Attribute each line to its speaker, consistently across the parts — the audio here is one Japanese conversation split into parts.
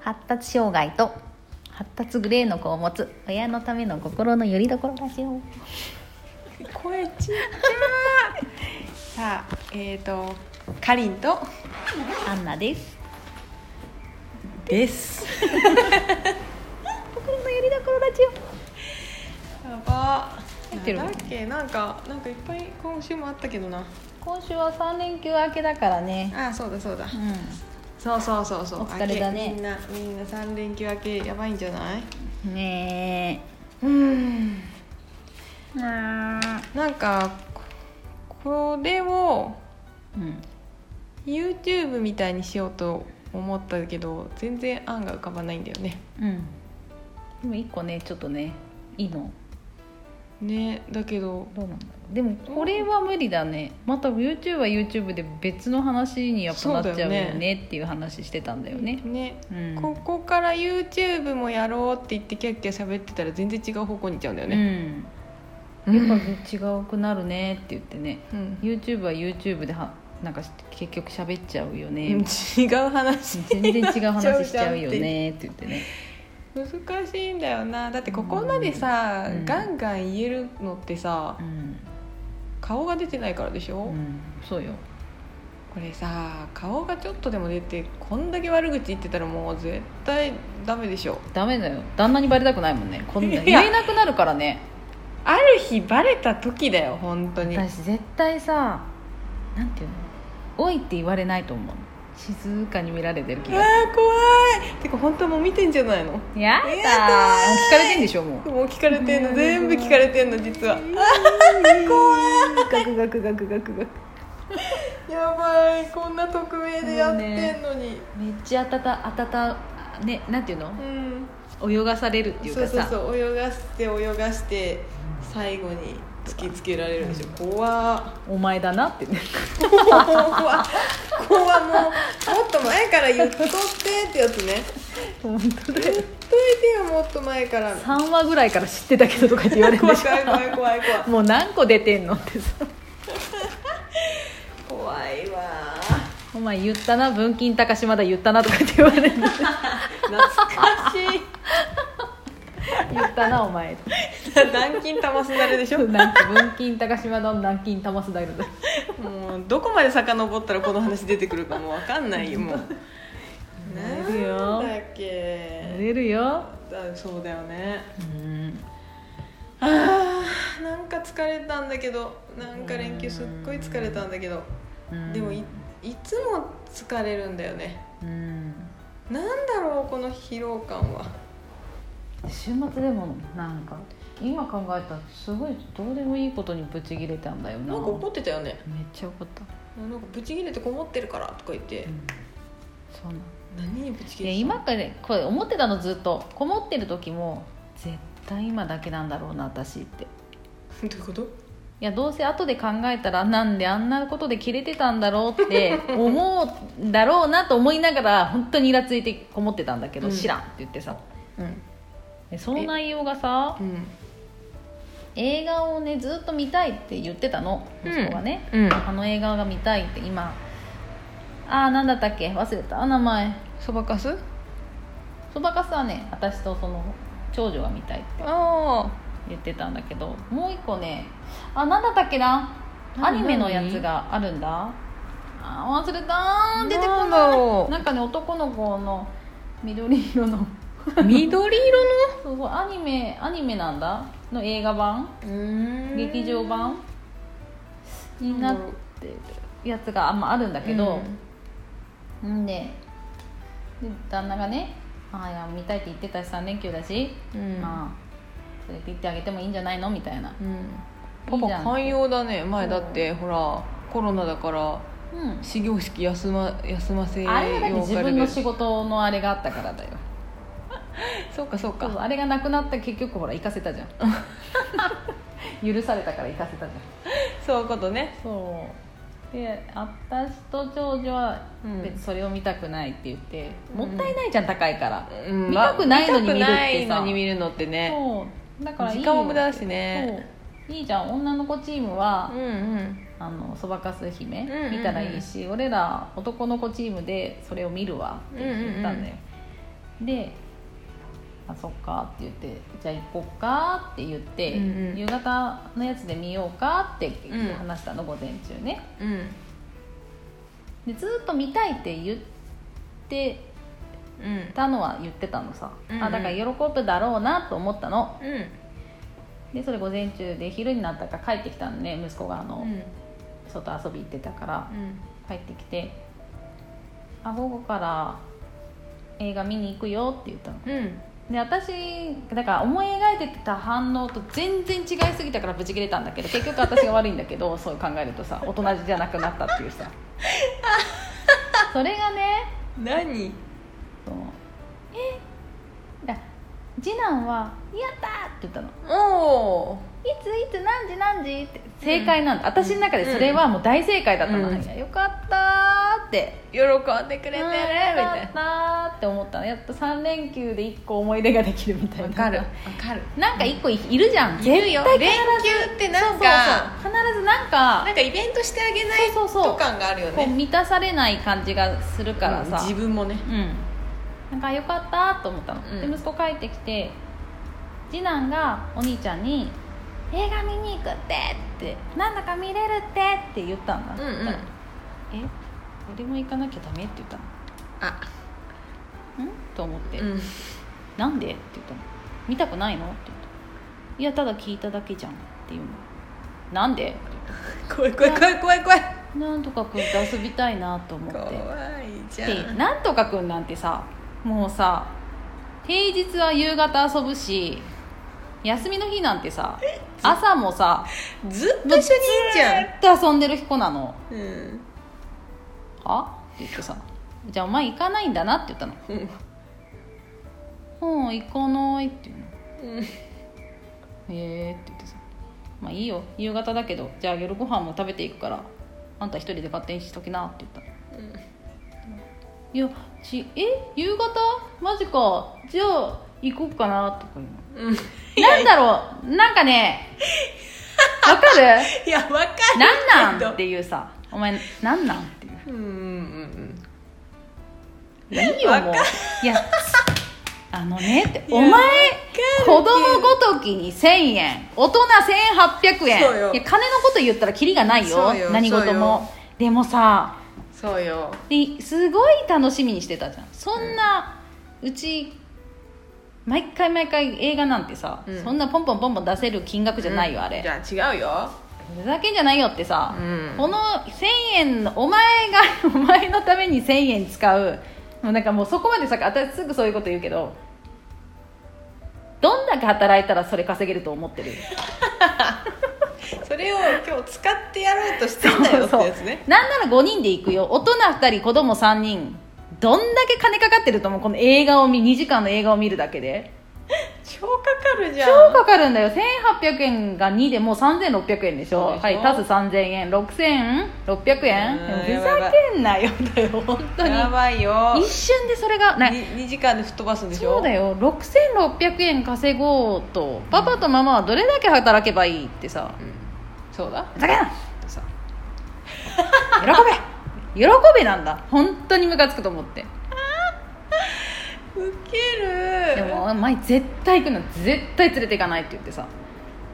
Speaker 1: 発達障害と発達グレーの子を持つ親のための心の拠り所ラジオ
Speaker 2: 声ちっちゃさあえっ、ー、とかりんと
Speaker 1: アンナです
Speaker 2: です
Speaker 1: 心の拠り所ラジ
Speaker 2: やば
Speaker 1: 入ってる
Speaker 2: なんだっけなんかなんかいっぱい今週もあったけどな
Speaker 1: オ今週は3連休明けだからね
Speaker 2: あそうだそうだ
Speaker 1: う
Speaker 2: そうそうそうそう
Speaker 1: お疲れだね
Speaker 2: 明けみんなみんな三連休明けやばいんじゃない
Speaker 1: んね
Speaker 2: うん
Speaker 1: えあ
Speaker 2: なんかここれを
Speaker 1: うん
Speaker 2: YouTube みたいにしようと思ったけど全然案が浮かばないんだよね
Speaker 1: うんでも1個ねちょっとねいいの
Speaker 2: ねだけど
Speaker 1: どうなんだろうでもこれは無理だねまた YouTube は YouTube で別の話にやっぱなっちゃうよ
Speaker 2: そうだよ
Speaker 1: ねっていう話してたんだよね
Speaker 2: ね
Speaker 1: うん
Speaker 2: ここから YouTube もやろうって言ってキャッキャ喋ってたら全然違う方向に行っちゃうんだよ
Speaker 1: う
Speaker 2: ね、
Speaker 1: ん
Speaker 2: うん
Speaker 1: やっぱ違うくなるねって言ってね
Speaker 2: うん
Speaker 1: YouTube は YouTube ではなんか結局喋っちゃうよ
Speaker 2: う
Speaker 1: ね、
Speaker 2: ん違う話
Speaker 1: 全然違う話しちゃうよ ねって言ってね
Speaker 2: 難しいんだよなだってここまでさ、
Speaker 1: うん
Speaker 2: ガンガン言えるのってさ
Speaker 1: うん、
Speaker 2: 顔が出てないからでしょ、
Speaker 1: うん、そうよ
Speaker 2: これさ顔がちょっとでも出てこんだけ悪口言ってたらもう絶対ダメでしょ
Speaker 1: ダメだよ旦那にバレたくないもんねこん
Speaker 2: い
Speaker 1: な
Speaker 2: や
Speaker 1: 言えなくなるからね
Speaker 2: ある日バレた時だよ本当に
Speaker 1: 私絶対さなんていうの「おい」って言われないと思う静かに見られてる気
Speaker 2: うわ
Speaker 1: がす
Speaker 2: ー怖いてか本当はもう見てんじゃないの
Speaker 1: るやだーもう
Speaker 2: えー
Speaker 1: 聞
Speaker 2: 怖い
Speaker 1: かれてんでしょもう
Speaker 2: もう聞かれてんの全部聞かれてんの実は
Speaker 1: ガクガクガクガクガク
Speaker 2: やばいこんな匿名でやってんのに、
Speaker 1: めっちゃあたたあたたねなんていうの
Speaker 2: うん
Speaker 1: 泳がされるっていう
Speaker 2: そう
Speaker 1: か
Speaker 2: そう
Speaker 1: さ
Speaker 2: そう泳がして泳がして最後に突きつけられるんでしょ怖っ
Speaker 1: お前だなってね
Speaker 2: 怖っ怖っ怖っもうもっと前から言っとってってやつね
Speaker 1: 本当
Speaker 2: 言っといてよもっと前から
Speaker 1: 3話ぐらいから知ってたけどとかって言われる
Speaker 2: 怖
Speaker 1: で
Speaker 2: い
Speaker 1: し
Speaker 2: 怖い怖い怖い怖い
Speaker 1: ょもう何個出てんのってさ
Speaker 2: 怖いわ
Speaker 1: お前言ったな文金高島だ言ったなとかって言われる
Speaker 2: 懐かしい
Speaker 1: 言ったなお前
Speaker 2: 軟禁たますなれでしょ
Speaker 1: なんか文金高島の南京玉すだる
Speaker 2: もうどこまで遡ったらこの話出てくるかもう分かんないよもう
Speaker 1: なるよ
Speaker 2: なんだっ
Speaker 1: 寝
Speaker 2: け
Speaker 1: れるよ
Speaker 2: あそうだよね
Speaker 1: うん
Speaker 2: あーなんか疲れたんだけどなんか連休すっごい疲れたんだけどでもいいつも疲れるんだよね
Speaker 1: うん
Speaker 2: なんだろうこの疲労感は
Speaker 1: 週末でもなんか今考えたらすごいどうでもいいことにブチギレたんだよな
Speaker 2: なんか怒ってたよね
Speaker 1: めっちゃ怒った、
Speaker 2: なんかブチ切れてこもってるからとか言って
Speaker 1: そうなの
Speaker 2: 何にブチ切
Speaker 1: い
Speaker 2: れ
Speaker 1: や
Speaker 2: て
Speaker 1: 今からこれ思ってたのずっとこもってる時も絶対今だけなんだろうな私ってい
Speaker 2: たどういうこと
Speaker 1: やどうせ後で考えたらなんであんなことでキレてたんだろうって 思うんだろうなと思いながら本当にイラついてこもってたんだけど、
Speaker 2: うん
Speaker 1: 知らんって言ってさ
Speaker 2: うん
Speaker 1: でその内容がさ
Speaker 2: うん
Speaker 1: 映画をねずっと見たいって言ってたの息子がね、
Speaker 2: うんうん
Speaker 1: あの映画が見たいって今ああ何だったっけ忘れたあ名前
Speaker 2: そばかす
Speaker 1: そばかすはね私とその長女が見たいって
Speaker 2: あ
Speaker 1: 言ってたんだけどもう一個ねあ何だったっけなア
Speaker 2: 何
Speaker 1: ニメのやつがあるんだあ忘れたー出てこ
Speaker 2: なんだ
Speaker 1: な
Speaker 2: ろ
Speaker 1: いうなんかね男の子の緑色の
Speaker 2: あ緑色の
Speaker 1: そうそうアニメアニメなんだの映画版劇場版になってるやつがあんまあるんだけど、んでで旦那がね「ああいや見たいって言ってたし3連休だし、
Speaker 2: うん
Speaker 1: まあ連れて行ってあげてもいいんじゃないの?」みたいな
Speaker 2: パ
Speaker 1: いいじゃ
Speaker 2: パ
Speaker 1: ん
Speaker 2: 寛容だね前だってほらコロナだから
Speaker 1: うん
Speaker 2: 始業式休ま休ませよう
Speaker 1: あれはだって自
Speaker 2: かれ
Speaker 1: 分
Speaker 2: る
Speaker 1: の仕事のあれがあったからだよ
Speaker 2: そうかそう
Speaker 1: そう
Speaker 2: か
Speaker 1: あれがなくなって結局ほら行かせたじゃん 許されたから行かせたじゃん
Speaker 2: そういうことね
Speaker 1: そうで私と長女は
Speaker 2: うん
Speaker 1: 別にそれを見たくないって言って、
Speaker 2: うん
Speaker 1: もったいないじゃん高いから、
Speaker 2: うん
Speaker 1: 見たくないのに見るって
Speaker 2: 見
Speaker 1: さ
Speaker 2: たくないのに見るのってね
Speaker 1: そうだからいい
Speaker 2: 時
Speaker 1: よ
Speaker 2: 間も無駄だしね
Speaker 1: そういいじゃん女の子チームは
Speaker 2: うんうん
Speaker 1: あのそばかす姫
Speaker 2: うんうんうん
Speaker 1: 見たらいいし、俺ら男の子チームでそれを見るわって言ったんだよ、で「あそっか」って言って「じゃあ行こっか」って言って、
Speaker 2: うんうん
Speaker 1: 夕方のやつで見ようかって
Speaker 2: うん
Speaker 1: 話したの、午前中ね
Speaker 2: うん
Speaker 1: でずっと見たいって言って
Speaker 2: うん
Speaker 1: たのは言ってたのさ、
Speaker 2: うんうん
Speaker 1: あだから喜ぶだろうなと思ったの
Speaker 2: うん
Speaker 1: でそれ午前中で昼になったから帰ってきたのね息子があの、
Speaker 2: うん
Speaker 1: 外遊び行ってたから帰ってきて「あ午後から映画見に行くよ」って言ったの
Speaker 2: うん
Speaker 1: で私だから思い描いてた反応と全然違いすぎたからブチ切れたんだけど結局私が悪いんだけど そう考えるとさ大人じゃなくなったってい うさそれがねそう
Speaker 2: 何
Speaker 1: えだ次男は「やった!」って言ったの
Speaker 2: おお
Speaker 1: いついつ何時何時って正解なんだ、私の中でそれはもう大正解だったの、
Speaker 2: うん
Speaker 1: いやよかったーって
Speaker 2: 喜んでくれてるみ
Speaker 1: うん
Speaker 2: た
Speaker 1: よかっ
Speaker 2: い
Speaker 1: たーって思ったのやっと3連休で1個思い出ができるみたい
Speaker 2: な
Speaker 1: な
Speaker 2: わかるわかる
Speaker 1: なんか1個いいるじゃん
Speaker 2: いるよ
Speaker 1: 絶対
Speaker 2: 連休ってなんか
Speaker 1: そうそうそう必ずなんか
Speaker 2: なんかイベントしてあげない
Speaker 1: そうそうそう
Speaker 2: と感があるよ
Speaker 1: こう
Speaker 2: ね
Speaker 1: 満たされない感じがするからさ、
Speaker 2: 自分もね
Speaker 1: うん、なんかよかったと思ったの、
Speaker 2: うん
Speaker 1: で息子帰ってきて次男がお兄ちゃんに「映画見に行くって!」って「なんだか見れるって!」って言ったんだ、
Speaker 2: うんうん
Speaker 1: え俺も行かなきゃダメって言ったの
Speaker 2: あ
Speaker 1: 「ん?」と思って「
Speaker 2: うん
Speaker 1: なんで?」って言ったの「見たくないの?」って言った「いやただ聞いただけじゃん」って言うの「なんで?」って
Speaker 2: 怖い怖い怖い怖い怖い
Speaker 1: 言ったなんとか君と遊びたいなと思って
Speaker 2: 怖いじゃ
Speaker 1: で
Speaker 2: ん
Speaker 1: なんとかくんなんてさもうさ平日は夕方遊ぶし休みの日なんてさ朝もさ
Speaker 2: ずっと一緒にいいじゃ
Speaker 1: ず
Speaker 2: ん
Speaker 1: っと遊んでる子なの
Speaker 2: うん
Speaker 1: 「は?」って言ってさ「じゃあお前行かないんだな」って言ったの
Speaker 2: うん
Speaker 1: 「うん行かない」って言うの
Speaker 2: う
Speaker 1: 「
Speaker 2: ん
Speaker 1: へえ」って言ってさ「まあいいよ夕方だけどじゃあ夜ご飯も食べていくからあんた一人で勝手にしときな」って言ったのいやちえ夕方マジかじゃあ行こうかなとか言うの
Speaker 2: うん
Speaker 1: なんだろうなんか ねわかる
Speaker 2: いやわかる
Speaker 1: なんな
Speaker 2: けど
Speaker 1: んっていうさお前なんなんっていう
Speaker 2: うんうんうん
Speaker 1: いいよ
Speaker 2: わか
Speaker 1: もう
Speaker 2: る
Speaker 1: いやあのねって
Speaker 2: いや
Speaker 1: お
Speaker 2: わか
Speaker 1: 前
Speaker 2: る
Speaker 1: 子供ごときに1000円大人1800円
Speaker 2: そうよ
Speaker 1: いや金のこと言ったらキリがないよ
Speaker 2: そうよ
Speaker 1: 何事もでもさ
Speaker 2: そうよ
Speaker 1: ですごい楽しみにしてたじゃんそんな、うち毎回毎回映画なんてさ、
Speaker 2: うん
Speaker 1: そんなポンポンポンポン出せる金額じゃないよ、あれ
Speaker 2: じゃあ違うよ
Speaker 1: ふざけんじゃないよってさ、
Speaker 2: うん
Speaker 1: この1000円のお前が お前のために1000円使うもうなんかもうそこまでさ私すぐそういうこと言うけどどんだけ働いたらそれ稼げると思ってる
Speaker 2: それを今日使ってやろうとしてんだよってやつ ね
Speaker 1: なんなら5人で行くよ大人2人子供3人どんだけ金かかってると思うこの映画を見2時間の映画を見るだけで
Speaker 2: 超かかるじゃん
Speaker 1: 超かかるんだよ1800円が2でもう3600円でしょ
Speaker 2: そうでしょ
Speaker 1: はい足す3000円6600円
Speaker 2: うん
Speaker 1: でも
Speaker 2: や
Speaker 1: ふ
Speaker 2: ばい
Speaker 1: ざけんなよだよ本当に
Speaker 2: やばいよ
Speaker 1: 一瞬でそれがない
Speaker 2: に2時間で吹っ飛ばすんでしょ
Speaker 1: そうだよ6600円稼ごうとパパとママはどれだけ働けばいいってさ
Speaker 2: うんそうだ
Speaker 1: ふざけんな
Speaker 2: って さ
Speaker 1: 喜べ喜べなんだ本当にムカつくと思って
Speaker 2: ウケ
Speaker 1: で
Speaker 2: る
Speaker 1: もお前絶対行くの絶対連れて行かないって言ってさ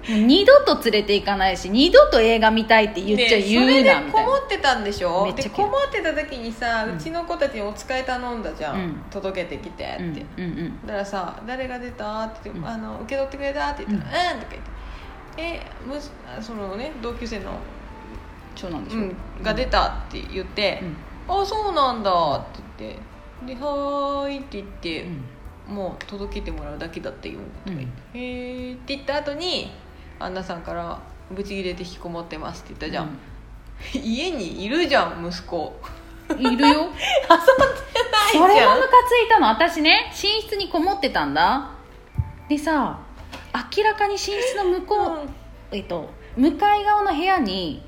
Speaker 1: 二度と連れて行かないし二度と映画見たいって言っちゃ
Speaker 2: ね
Speaker 1: 言うなみ
Speaker 2: そ
Speaker 1: たい
Speaker 2: れでこも
Speaker 1: な
Speaker 2: ってたんでし
Speaker 1: め
Speaker 2: ょ
Speaker 1: っちゃ
Speaker 2: でこもってた時にさうちの子たちにお使い頼んだじゃん、
Speaker 1: うん
Speaker 2: 届けてきてっ
Speaker 1: う
Speaker 2: て、
Speaker 1: んうんうん
Speaker 2: だからさ「誰が出た?」って言って、
Speaker 1: うん
Speaker 2: あの「受け取ってくれた?」って言ったら「うん」とか言って「えむすあそのね同級生の、
Speaker 1: 長男でし
Speaker 2: う
Speaker 1: ょ
Speaker 2: ん、が出た」って言って
Speaker 1: うん
Speaker 2: 「あそうなんだ」って言って「ではーい」って言って、もう届けてもらうだけだったよとか言って「へえ」って言った後にアンナさんから「ブチギレて引きこもってます」って言ったじゃん、家にいるじゃん息 子
Speaker 1: うんいる よ
Speaker 2: ないじ
Speaker 1: それが
Speaker 2: ゃ
Speaker 1: ム
Speaker 2: ん
Speaker 1: カついたの私ね寝室にこもってたんだでさ明らかに寝室の向こう、えっと、向かい側の部屋に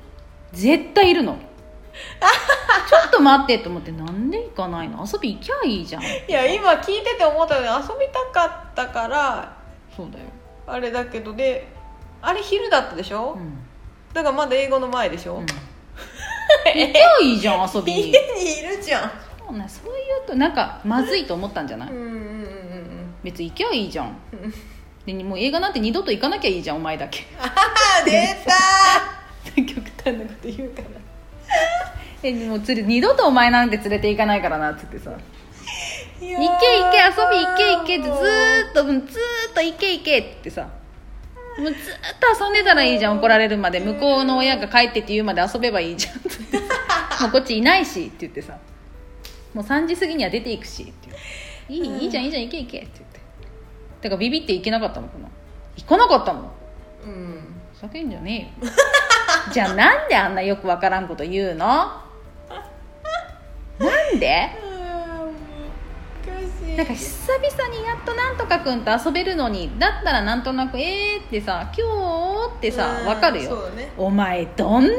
Speaker 1: 絶対い るのちょっと待ってと思ってなんで行かないの遊び行きゃいいじゃん
Speaker 2: いや今聞いてて思ったのよ遊びたかったから
Speaker 1: そうだよ、
Speaker 2: あれだけどであれ昼だったでしょ、
Speaker 1: うん
Speaker 2: だからまだ英語の前で し
Speaker 1: うん、
Speaker 2: ょ
Speaker 1: 行、きゃいいじゃん遊び
Speaker 2: 家
Speaker 1: に
Speaker 2: にいるじゃん
Speaker 1: そうねそういうとなんかまずいと思ったんじゃな
Speaker 2: う
Speaker 1: い、
Speaker 2: んうんうん
Speaker 1: 別に行きゃいいじゃんでもう映画なんて二度と行かなきゃいいじゃんお前だ け
Speaker 2: あ出た
Speaker 1: 極端なこと言うからえもうつれ二度とお前なんて連れて行かないからなっつってさ
Speaker 2: 行け
Speaker 1: 行け行け遊び行け行けってずーっとうんずーっと行け行けってさもうずーっと遊んでたらいいじゃん怒られるまで向こうの親が帰ってって言うまで遊べばいいじゃんって言ってさもうこっちいないしって言ってさもう3時過ぎには出ていくしって言っていいいいじゃんいいじゃん行け行けって言ってだからビビって行けなかったのかな行かなかったもん
Speaker 2: うん
Speaker 1: ふざけんじゃねえよじゃあなんであんなよくわからんこと言うのなんで
Speaker 2: あー難しい
Speaker 1: なんか久々にやっとなんとかくんと遊べるのにだったらなんとなく「えー」ってさ「今日」ってさ
Speaker 2: うん
Speaker 1: わかる
Speaker 2: そう
Speaker 1: よ
Speaker 2: だね
Speaker 1: お前どんだ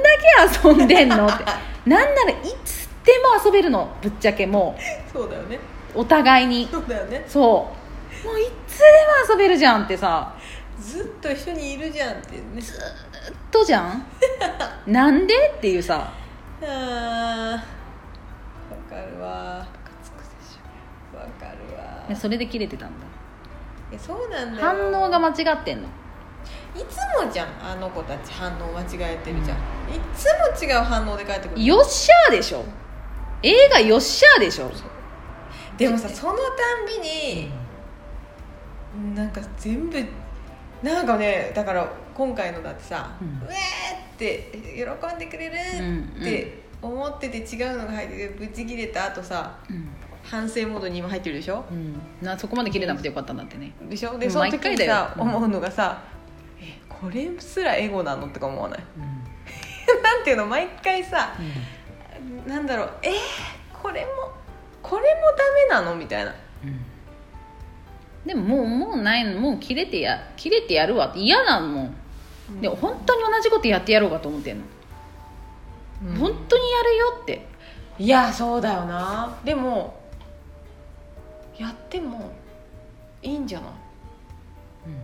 Speaker 1: け遊んでんのって なんならいつでも遊べるのぶっちゃけも
Speaker 2: そうだよね
Speaker 1: うお互いに
Speaker 2: そうだよね
Speaker 1: そうもういつでも遊べるじゃんってさ
Speaker 2: ずっと一緒にいるじゃんっていうね
Speaker 1: とじゃ んなんでっていうさ
Speaker 2: あーわかるわわかるわ
Speaker 1: それで切れてたんだ
Speaker 2: えそうなんだよ
Speaker 1: 反応が間違ってんの
Speaker 2: いつもじゃんあの子たち反応間違えてるじゃん、いつも違う反応で返ってくる
Speaker 1: よっしゃーでしょ映画よっしゃーでしょ
Speaker 2: でもさそのたんびになんか全部なんかねだから今回のだってさ「
Speaker 1: う
Speaker 2: うんえー!」って喜んでくれるって思ってて違うのが入っててブチ切れた後さ
Speaker 1: うん、
Speaker 2: 反省モードに今入ってるでしょ
Speaker 1: うん、なそこまで切れなくてよかったんだってね
Speaker 2: でしょ
Speaker 1: う
Speaker 2: で
Speaker 1: ん
Speaker 2: その時
Speaker 1: 毎回
Speaker 2: に
Speaker 1: だよ
Speaker 2: さ
Speaker 1: うん
Speaker 2: 思うのがさ「えこれすらエゴなの?」とか思わない なんていうの毎回さなんだろう「えー、これもこれもダメなの?」みたいな
Speaker 1: でももうもうないのもう切れてや切れてやるわ嫌なんもんで
Speaker 2: うん
Speaker 1: 本当に同じことやってやろうかと思ってんの、本当にやるよって
Speaker 2: いやそうだよなでもやってもいいんじゃない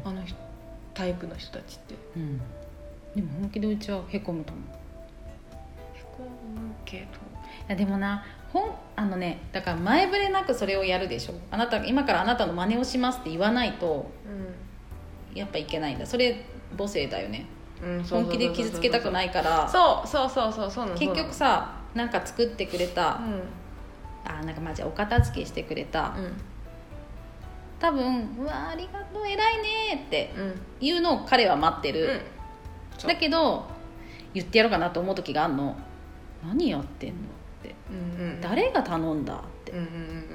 Speaker 2: あの人タイプの人たちってへ
Speaker 1: うんでも本気でうちはへこむと思う
Speaker 2: こむけ
Speaker 1: いやでもな本あのねだから前触れなくそれをやるでしょあなた今からあなたの真似をしますって言わないとやっぱいけないんだそれ母性だよね
Speaker 2: ど、うん
Speaker 1: 本気で傷つけたくないいから
Speaker 2: そうそうそうそうそうなの
Speaker 1: 結局さなんか作ってくれ
Speaker 2: う
Speaker 1: た、
Speaker 2: ん
Speaker 1: あなんかまあじゃあお片付けしてくれた、多分「うわありがとう偉いね」って
Speaker 2: うん
Speaker 1: 言うのを彼は待って
Speaker 2: うん
Speaker 1: る、
Speaker 2: そう
Speaker 1: だけど言ってやろうかなと思う時があんの何やってんのって
Speaker 2: うんうん
Speaker 1: 誰が頼んだって
Speaker 2: うんうんうん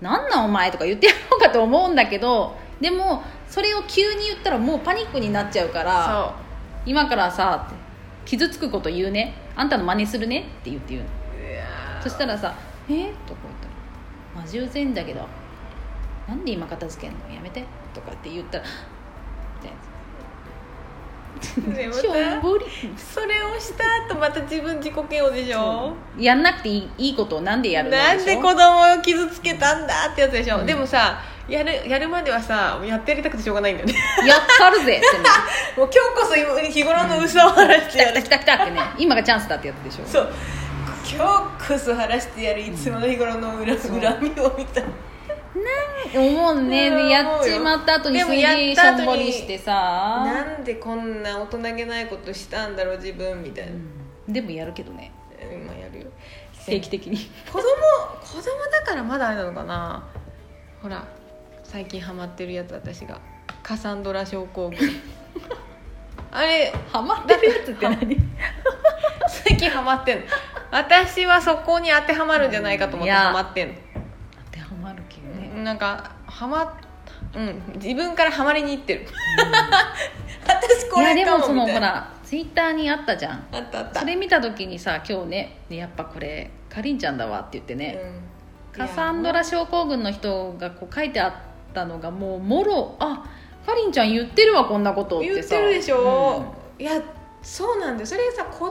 Speaker 1: なんなんお前とか言ってやろうかと思うんだけどでもそれを急に言ったらもうパニックになっちゃうから
Speaker 2: そ
Speaker 1: 今からさって傷つくこと言うねあんたの真似するねって言って言うの
Speaker 2: ういや
Speaker 1: そしたらさ「えっ?」とこう言ったら「真面目だけどなんで今片付けんのやめて」とかって言ったら「み
Speaker 2: ーでもさ
Speaker 1: たいなしょんぼり
Speaker 2: それをした後また自分自己嫌悪でしょ
Speaker 1: やんなくていいいいことをなんでやるの
Speaker 2: なんで
Speaker 1: しょ
Speaker 2: 子供を傷つけたんだってやつでしょ、
Speaker 1: うん
Speaker 2: でもさやるやるまではさやってやりたくてしょうがないんだ よね
Speaker 1: やったるぜ」って ね
Speaker 2: もう今日こそ今日頃の嘘を晴ら
Speaker 1: 「
Speaker 2: し
Speaker 1: 来
Speaker 2: てや
Speaker 1: た
Speaker 2: る、
Speaker 1: 来た来た」ってね今がチャンスだってやつでしょ
Speaker 2: そう今日こそ晴らしてやるいつもの日頃の恨,、
Speaker 1: そう
Speaker 2: 恨みを見た
Speaker 1: 思うね
Speaker 2: うん
Speaker 1: でやっちまった後に
Speaker 2: ですも
Speaker 1: げ
Speaker 2: や
Speaker 1: え
Speaker 2: っ
Speaker 1: した
Speaker 2: 後
Speaker 1: ょ
Speaker 2: に
Speaker 1: んぼりしてさ、
Speaker 2: なんでこんな大人げないことしたんだろう自分みたいな、
Speaker 1: うんでもやるけどね
Speaker 2: 今やるよ
Speaker 1: 定期的に
Speaker 2: 子供子供だからまだあれなのかなほら最近ハマってるやつ私がカサンドラ症候群 あれ
Speaker 1: ハマってるやつって何
Speaker 2: 最近ハマってんの私はそこに当てはまるんじゃないかと思っ
Speaker 1: い
Speaker 2: て
Speaker 1: や
Speaker 2: ハマってんの
Speaker 1: 当てはまるけどね
Speaker 2: なんかハマっうん自分からハマりにいってる 私こ
Speaker 1: いや
Speaker 2: れ
Speaker 1: で
Speaker 2: か
Speaker 1: も
Speaker 2: も
Speaker 1: そ
Speaker 2: み
Speaker 1: の
Speaker 2: た
Speaker 1: ほ
Speaker 2: いな
Speaker 1: らツイッターにあったじゃん
Speaker 2: あったあった
Speaker 1: それ見た時にさ今日ねねやっぱこれかりんちゃんだわって言ってね、
Speaker 2: うん
Speaker 1: カサンドラ症候群の人がこう書いてあったのがもうもろあかりんちゃん言ってるわこんなことっ
Speaker 2: い
Speaker 1: て
Speaker 2: や言っ
Speaker 1: さ
Speaker 2: てるでしょ、いやそうなんだよそれさ子供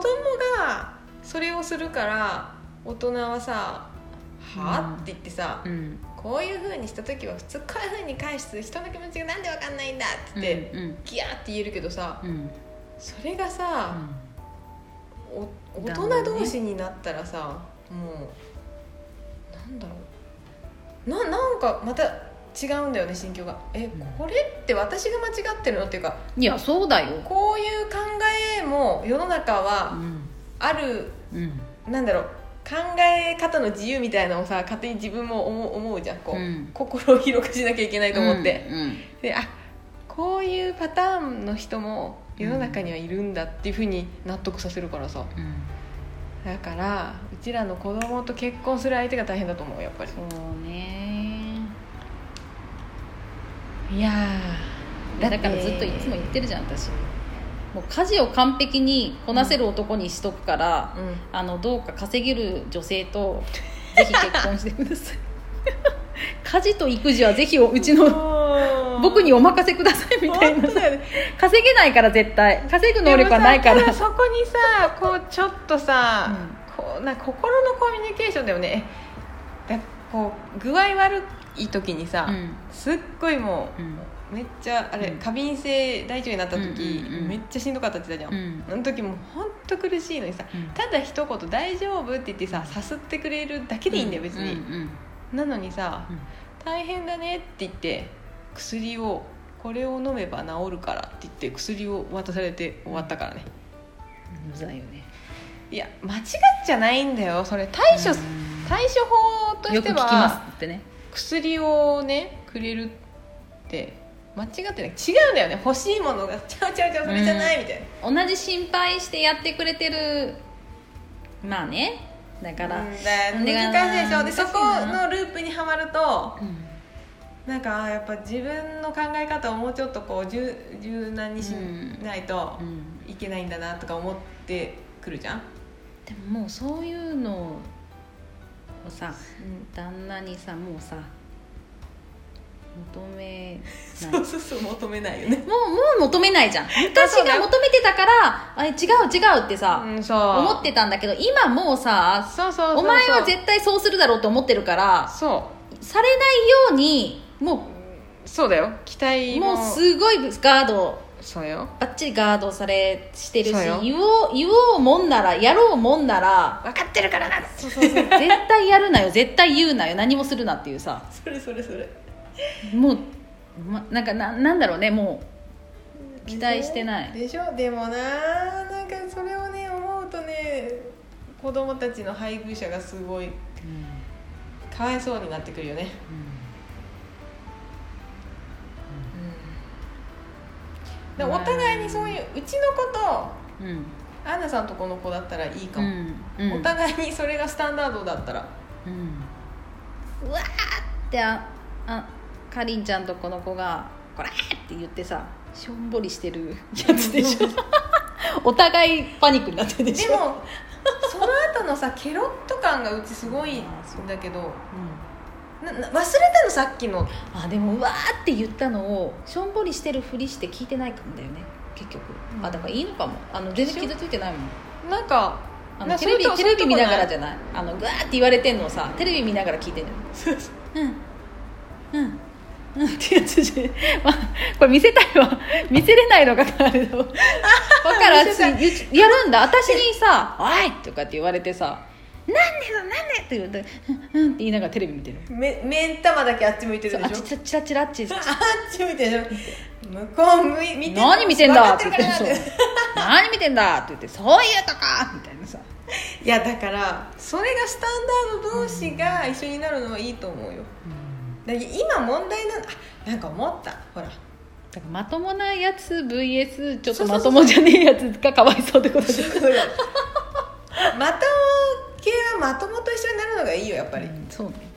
Speaker 2: がそれをするから大人はさ「は
Speaker 1: うん
Speaker 2: って言ってさ、
Speaker 1: うん、うん
Speaker 2: こういうふうにした時は普通こういうふうに返す人の気持ちがなんでわかんないんだって言って、
Speaker 1: うん
Speaker 2: ギャーって言えるけどさ
Speaker 1: うんうん
Speaker 2: それがさ、お大人同士になったらさ、もうなんだろうななんかまた違違うんだよね心境がえこれって私が間違ってるのっていうか
Speaker 1: いやそうだよ
Speaker 2: こういう考えも世の中
Speaker 1: う
Speaker 2: は
Speaker 1: ん
Speaker 2: ある
Speaker 1: うん
Speaker 2: なんだろう考え方の自由みたいなのをさ勝手に自分も思う思うじゃんこう、
Speaker 1: うん
Speaker 2: 心を広くしなきゃいけないと思って、
Speaker 1: うんうん
Speaker 2: であこういうパターンの人も世の中にはいるんだっていうふうに納得させるからさ
Speaker 1: うん
Speaker 2: だからうちらの子供と結婚する相手が大変だと思うやっぱり
Speaker 1: そうね
Speaker 2: いや
Speaker 1: だからずっといつも言ってるじゃん私もう家事を完璧にこなせる男にしとくから、
Speaker 2: うん
Speaker 1: あのどうか稼げる女性とぜひ結婚してください家事と育児はぜひおうちの 僕にお任せくださいみたいな
Speaker 2: 本当だよね
Speaker 1: 稼げないから絶対稼ぐ能力はないか
Speaker 2: でも
Speaker 1: ら
Speaker 2: さそこにさこうちょっとさ、こうな心のコミュニケーションだよねだこう具合悪い時にさ、
Speaker 1: うん
Speaker 2: すっごいも
Speaker 1: うん
Speaker 2: うめっちゃあれ、
Speaker 1: うん
Speaker 2: 過敏性大腸炎になった時、
Speaker 1: うんうんうん
Speaker 2: めっちゃしんどかったって言った
Speaker 1: う
Speaker 2: じゃん、
Speaker 1: ん
Speaker 2: あの時もうほんと苦しいのにさ
Speaker 1: うん
Speaker 2: ただ一言「大丈夫?」って言ってささすってくれるだけでいいんだよ別に、
Speaker 1: うんうん
Speaker 2: なのにさ、
Speaker 1: うん
Speaker 2: 大変だねって言って薬をこれを飲めば治るからって言って薬を渡されて終わったからね
Speaker 1: うざいよね
Speaker 2: いや間違っちゃないんだよそれ対処、
Speaker 1: うん
Speaker 2: 対処法と
Speaker 1: よ
Speaker 2: し
Speaker 1: く
Speaker 2: て
Speaker 1: 聞きま
Speaker 2: は
Speaker 1: すってね
Speaker 2: 薬をねくれるって間違ってない違うんだよね欲しいものがちゃうちゃうちゃうそれじゃないみたいな、
Speaker 1: 同じ心配してやってくれてるまあねだから、
Speaker 2: うんだ難しいでしょでそこのループにはまると
Speaker 1: うん
Speaker 2: なんかやっぱ自分の考え方をもうちょっとこう柔柔軟にしないと
Speaker 1: うん
Speaker 2: いけないんだなとか思ってくるじゃん、
Speaker 1: でももうそういうのをさ旦那にさもうさ求めない
Speaker 2: そうそうそう求めないよね
Speaker 1: もうもう求めないじゃん昔が求めてたからあれ違う違うってさ、
Speaker 2: うんそう
Speaker 1: 思ってたんだけど今もうさ
Speaker 2: そうそうそうそう
Speaker 1: お前は絶対そうするだろうって思ってるから
Speaker 2: そ
Speaker 1: されないようにも
Speaker 2: うそうだよ期
Speaker 1: う
Speaker 2: 待
Speaker 1: も
Speaker 2: も
Speaker 1: うすごいガード
Speaker 2: そうよ
Speaker 1: ばっちりガードされしてるし
Speaker 2: そうよ
Speaker 1: 言おう言おうもんならやろうもんなら
Speaker 2: 分かってるからなそうそうそう
Speaker 1: 絶対やるなよ絶対言うなよ何もするなっていうさ
Speaker 2: それそれそれ
Speaker 1: もう、ま、なんかななんだろうねもう期待してない
Speaker 2: でしょでもななんかそれをね思うとね子供たちの配偶者がすごいかわいそうになってくるよねだからお互いにそういううちの子と
Speaker 1: うんうん
Speaker 2: アンナさんとこの子だったらいいか
Speaker 1: う
Speaker 2: も、
Speaker 1: んうん
Speaker 2: お互いにそれがスタンダードだったら
Speaker 1: うんうわーってああかりんちゃんとこの子が「こら!」って言ってさしょんぼりしてるやつでしょお互いパニックになってるで
Speaker 2: で
Speaker 1: しょ
Speaker 2: もその後のさケロッと感がうちすごいんだけどなな忘れたのさっきの
Speaker 1: あでもうわーって言ったのをしょんぼりしてるふりして聞いてないかもだよね結局、
Speaker 2: うん
Speaker 1: あだからいいのかもあの全然傷ついてないもん
Speaker 2: なんか
Speaker 1: あの
Speaker 2: な
Speaker 1: テレビ
Speaker 2: そういうと
Speaker 1: テレビ見ながら
Speaker 2: そう
Speaker 1: じゃないあのぐわーって言われてんのをさテレビ見ながら聞いてんのうんうんうんってやつじゃ、まあ、これ見せたい わ見せれないのかなあれだわわかる
Speaker 2: 見
Speaker 1: 私
Speaker 2: せたい
Speaker 1: やるんだ私にさ「おい!」とかって言われてさ「なんでだなんで?」って言うと「うんうん」って言いながらテレビ見てる
Speaker 2: とこないめ目ん玉だけあっち向いてる
Speaker 1: そう
Speaker 2: で
Speaker 1: あ
Speaker 2: し
Speaker 1: ち
Speaker 2: ょ
Speaker 1: ちらちらっち
Speaker 2: あっち向いてるでしょ向こう向い見てる
Speaker 1: 何見てんだ
Speaker 2: 分かっ
Speaker 1: ってて
Speaker 2: る
Speaker 1: 言
Speaker 2: か
Speaker 1: って
Speaker 2: らなっ
Speaker 1: そう
Speaker 2: て
Speaker 1: 何見てんだって言ってそういうとかみたいなさ
Speaker 2: いやだからそれがスタンダード同士が一緒になるのはいいと思うよだから今問題なのあなんか思ったほら
Speaker 1: だからまともなやつ VS ちょっと
Speaker 2: そうそう
Speaker 1: ま
Speaker 2: そう
Speaker 1: ともじゃねえやつがかわいそうってことで
Speaker 2: ほら まとも系はまともと一緒になるのがいいよやっぱり、
Speaker 1: うんそうね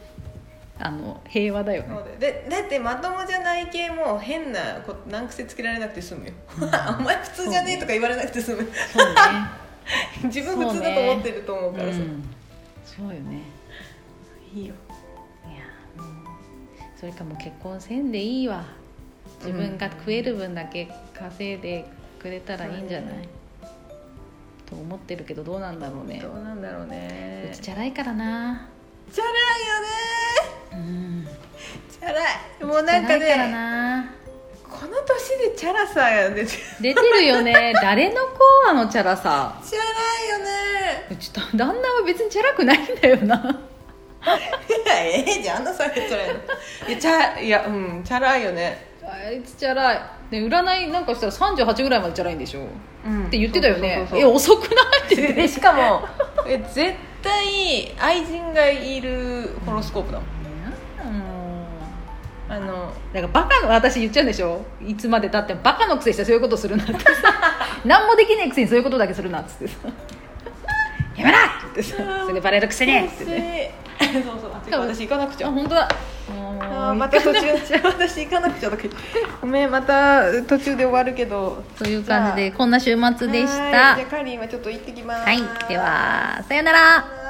Speaker 1: あの平和だよね
Speaker 2: そうだよでだってまともじゃない系も変なこ難癖つけられなくて済むよ お前普通じゃねえとか言われなくて済む
Speaker 1: そうね
Speaker 2: 自分普通だと思ってると思うからさ、
Speaker 1: うんそうよね
Speaker 2: いいよ
Speaker 1: いやもうそれかもう結婚せんでいいわ自分が食える分だけ稼いでくれたらいいんじゃない、
Speaker 2: うん
Speaker 1: と思ってるけどどうなんだろうね
Speaker 2: どうなんだろうね
Speaker 1: うちチャラいからな
Speaker 2: チャラいよ
Speaker 1: う
Speaker 2: ね
Speaker 1: ん
Speaker 2: チャラいもうなんか
Speaker 1: チャラいから
Speaker 2: ね
Speaker 1: な
Speaker 2: この年でチャラさが出てる
Speaker 1: 出てるよ ね誰の子あのチャラさ
Speaker 2: チャラいよね
Speaker 1: うちと旦那は別にチャラくないんだよな
Speaker 2: やええじゃんあんなされちゃいのいやチャいやうんチャラいよね
Speaker 1: あいつチャラいで占いなんかしたら38ぐらいまでチャラいんでしょ
Speaker 2: うん
Speaker 1: って言ってたよね
Speaker 2: そうそうそうそう
Speaker 1: え遅くないって言って
Speaker 2: でしかもえ絶対愛人がいるホロスコープだもんあの
Speaker 1: なんかバカの私言っちゃうんでしょいつまでたってもバカのくせしてそういうことするなって さ何もできないくせにそういうことだけするなっつってさ「やめな!」って言ってさそれでバレるくせにって言って
Speaker 2: そうそうあてか私行かなくち
Speaker 1: あ
Speaker 2: ゃ
Speaker 1: 本当だ
Speaker 2: あーまた途中 私行かなくちゃだ けどごめんまた途中で終わるけど
Speaker 1: という感じでこんな週末でした
Speaker 2: は いじゃあカーリーはちょっと行ってきます
Speaker 1: はいではさようなら